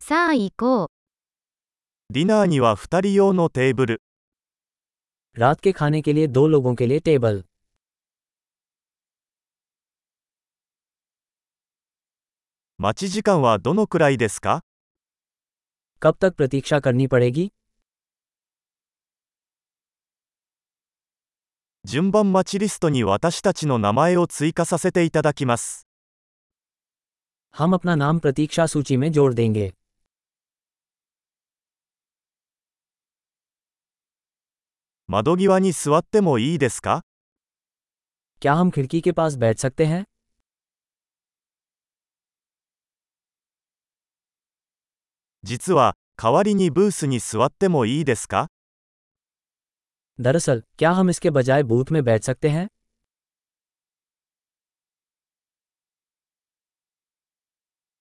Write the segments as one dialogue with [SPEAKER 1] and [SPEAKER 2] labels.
[SPEAKER 1] さあ行こう。
[SPEAKER 2] ディナーには2人用のテーブル、
[SPEAKER 3] रात के खाने के लिए दो लोगों के लिए टेबल
[SPEAKER 2] 待ち時間はどのくらいですか
[SPEAKER 3] कब तक प्रतीक्षा करनी पड़ेगी
[SPEAKER 2] 順番待ちリストに私たちの名前を追加させていただきます。
[SPEAKER 3] हम अपना नाम प्रतीक्षा सूची में जोड़ देंगे
[SPEAKER 2] 窓際に座ってもいいですか
[SPEAKER 3] क्या हम खिड़की के पास बैठ सकते हैं
[SPEAKER 2] 実は、代わりにブースに座ってもいいですか
[SPEAKER 3] दरअसल क्या हम इसके बजाय बूथ में बैठ सकते हैं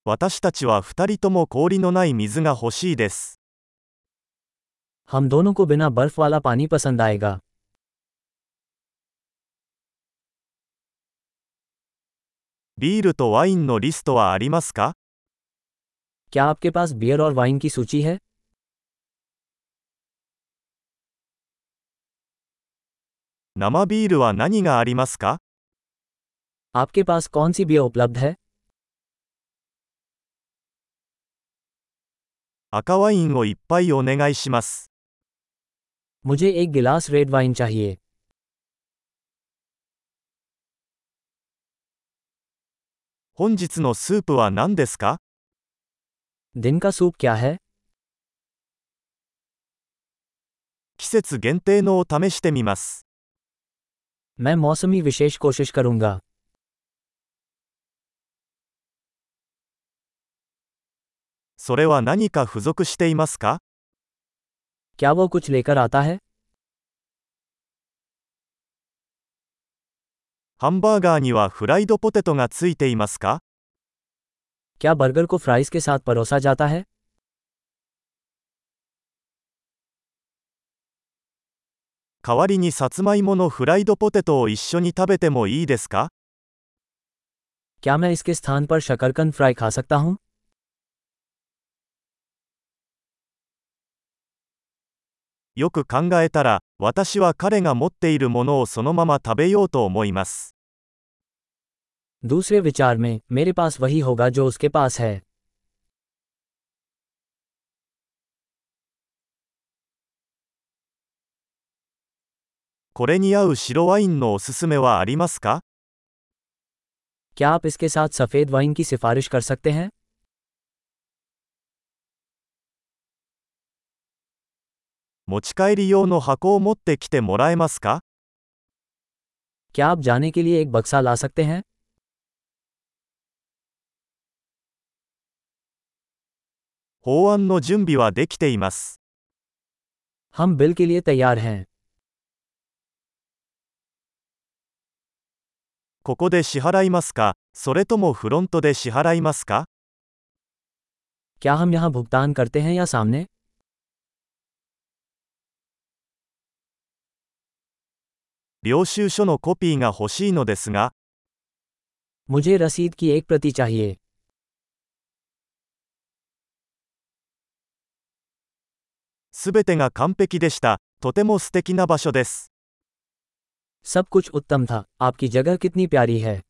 [SPEAKER 2] 私たちは2人とも氷のない水が欲しいです。
[SPEAKER 3] हम दोनों को बिना बर्फ वाला पानी पसंद आएगा
[SPEAKER 2] ビールとワインのリストはありますか
[SPEAKER 3] क्या आपके पास बियर और वाइन की सूची है
[SPEAKER 2] 生ビールは何がありますか
[SPEAKER 3] आपके पास कौन सी बियर उपलब्ध है
[SPEAKER 2] 赤ワインをいっぱいお願いします。
[SPEAKER 3] मुझे एक गिलास रेड वाइन चाहिए
[SPEAKER 2] 本日のスープは何ですか
[SPEAKER 3] दिन का सूप क्या है
[SPEAKER 2] 季節限定のを試してみます。
[SPEAKER 3] मैं मौसमी विशेष कोशिश करूंगा
[SPEAKER 2] それは何か付属していますか
[SPEAKER 3] क्या वो कुछ लेकर आता है
[SPEAKER 2] ハンバーガーにはフライドポテトがついていますか
[SPEAKER 3] क्या बर्गर को फ्राइज के साथ परोसा जाता है
[SPEAKER 2] 代わりにさつまいものフライドポテトを一緒に食べてもいいですか
[SPEAKER 3] क्या मैं इसके स्थान पर शकरकंद फ्राई खा सकता हूँ
[SPEAKER 2] よく考えたら、私は彼が持っているものをそのまま食べようと思います。
[SPEAKER 3] दूसरे विचार में मेरे पास वही होगा जो उसके पास है
[SPEAKER 2] これに合う白ワインのおすすめはありますか
[SPEAKER 3] क्या आप इसके साथ सफ़ेद वाइन की सिफारिश कर सकते हैं
[SPEAKER 2] 持ち帰り用の箱を持ってきてもらえますか
[SPEAKER 3] क्या आप जाने के लिए एक बक्सा ला सकते हैं
[SPEAKER 2] 法案の準備はできています。
[SPEAKER 3] हम बिल के लिए तैयार हैं
[SPEAKER 2] ここで支払いますかそれともフロントで支払いますか
[SPEAKER 3] क्या हम यहाँ भुगतान करते हैं या सामने
[SPEAKER 2] 領収書のコピーが欲しいのですが、
[SPEAKER 3] मुझे रसीद की एक प्रति चाहिए
[SPEAKER 2] すべてが完璧でした。とても素敵な場所です。
[SPEAKER 3] सब कुछ उत्तम था आपकी जगह कितनी प्यारी है